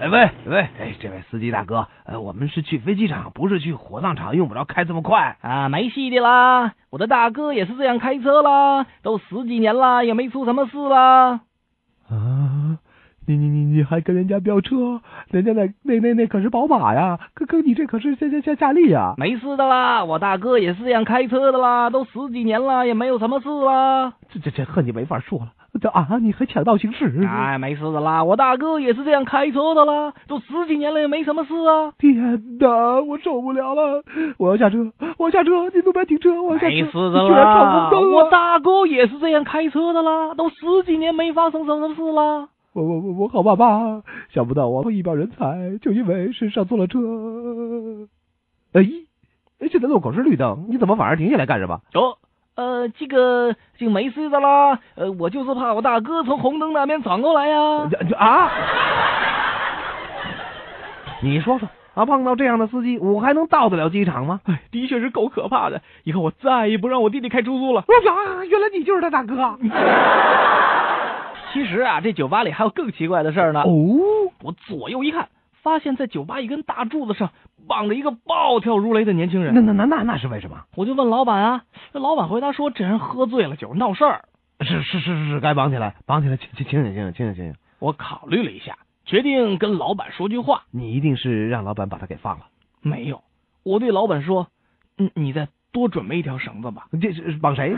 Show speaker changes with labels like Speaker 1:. Speaker 1: 哎喂喂，哎，这位司机大哥，呃，我们是去飞机场，不是去火葬场，用不着开这么快。
Speaker 2: 啊，没戏的啦！我的大哥也是这样开车啦，都十几年啦，也没出什么事啦。
Speaker 3: 啊，你你你你还跟人家飙车？人家那那那那可是宝马呀，跟跟你这可是夏夏夏夏利呀。
Speaker 2: 没事的啦，我大哥也是这样开车的啦，都十几年啦，也没有什么事啦。
Speaker 3: 这这这恨你没法说了。这啊，你还抢道行
Speaker 1: 嗯
Speaker 3: 驶？
Speaker 2: 哎，没事的啦，我大哥也是这样开车的啦，都十几年了，也没什么事啊。
Speaker 3: 天哪，我受不了了！我要下车，我要下车，你路边停车，我要下车。
Speaker 2: 没事的
Speaker 3: 你居然闯
Speaker 2: 啦，
Speaker 3: 红灯啊
Speaker 2: 我
Speaker 3: 了！
Speaker 2: 大哥也是这样开车的啦，都十几年没发生什么事啦。
Speaker 3: 我我我我好爸爸，想不到我一表人才，就因为是上错了车。哎，哎现在路口是绿灯，你怎么反而停下来干什么？
Speaker 2: 哦，呃，这个这个没事的啦，呃，我就是怕我大哥从红灯那边转过来呀、
Speaker 3: 啊！你说说啊，碰到这样的司机，我还能到得了机场吗？
Speaker 2: 哎，的确是够可怕的。以后我再也不让我弟弟开出租了。
Speaker 3: 啊，原来你就是他大哥啊！
Speaker 2: 其实啊，这酒吧里还有更奇怪的事儿呢。
Speaker 3: 哦，
Speaker 2: 我左右一看，发现在酒吧一根大柱子上绑着一个暴跳如雷的年轻
Speaker 3: 那
Speaker 2: 人。
Speaker 3: 那那那那是为什么？
Speaker 2: 我就问老板啊，那老板回答说这人喝醉了酒闹事儿。
Speaker 3: 是是是是是，该绑起来，绑起来，清清清醒清醒清醒清醒！
Speaker 2: 我考虑了一下，决定跟老板说句话。
Speaker 3: 你一定是让老板把他给放了，
Speaker 2: 没有，我对老板说，嗯，你再多准备一条绳子吧。
Speaker 3: 这是绑谁？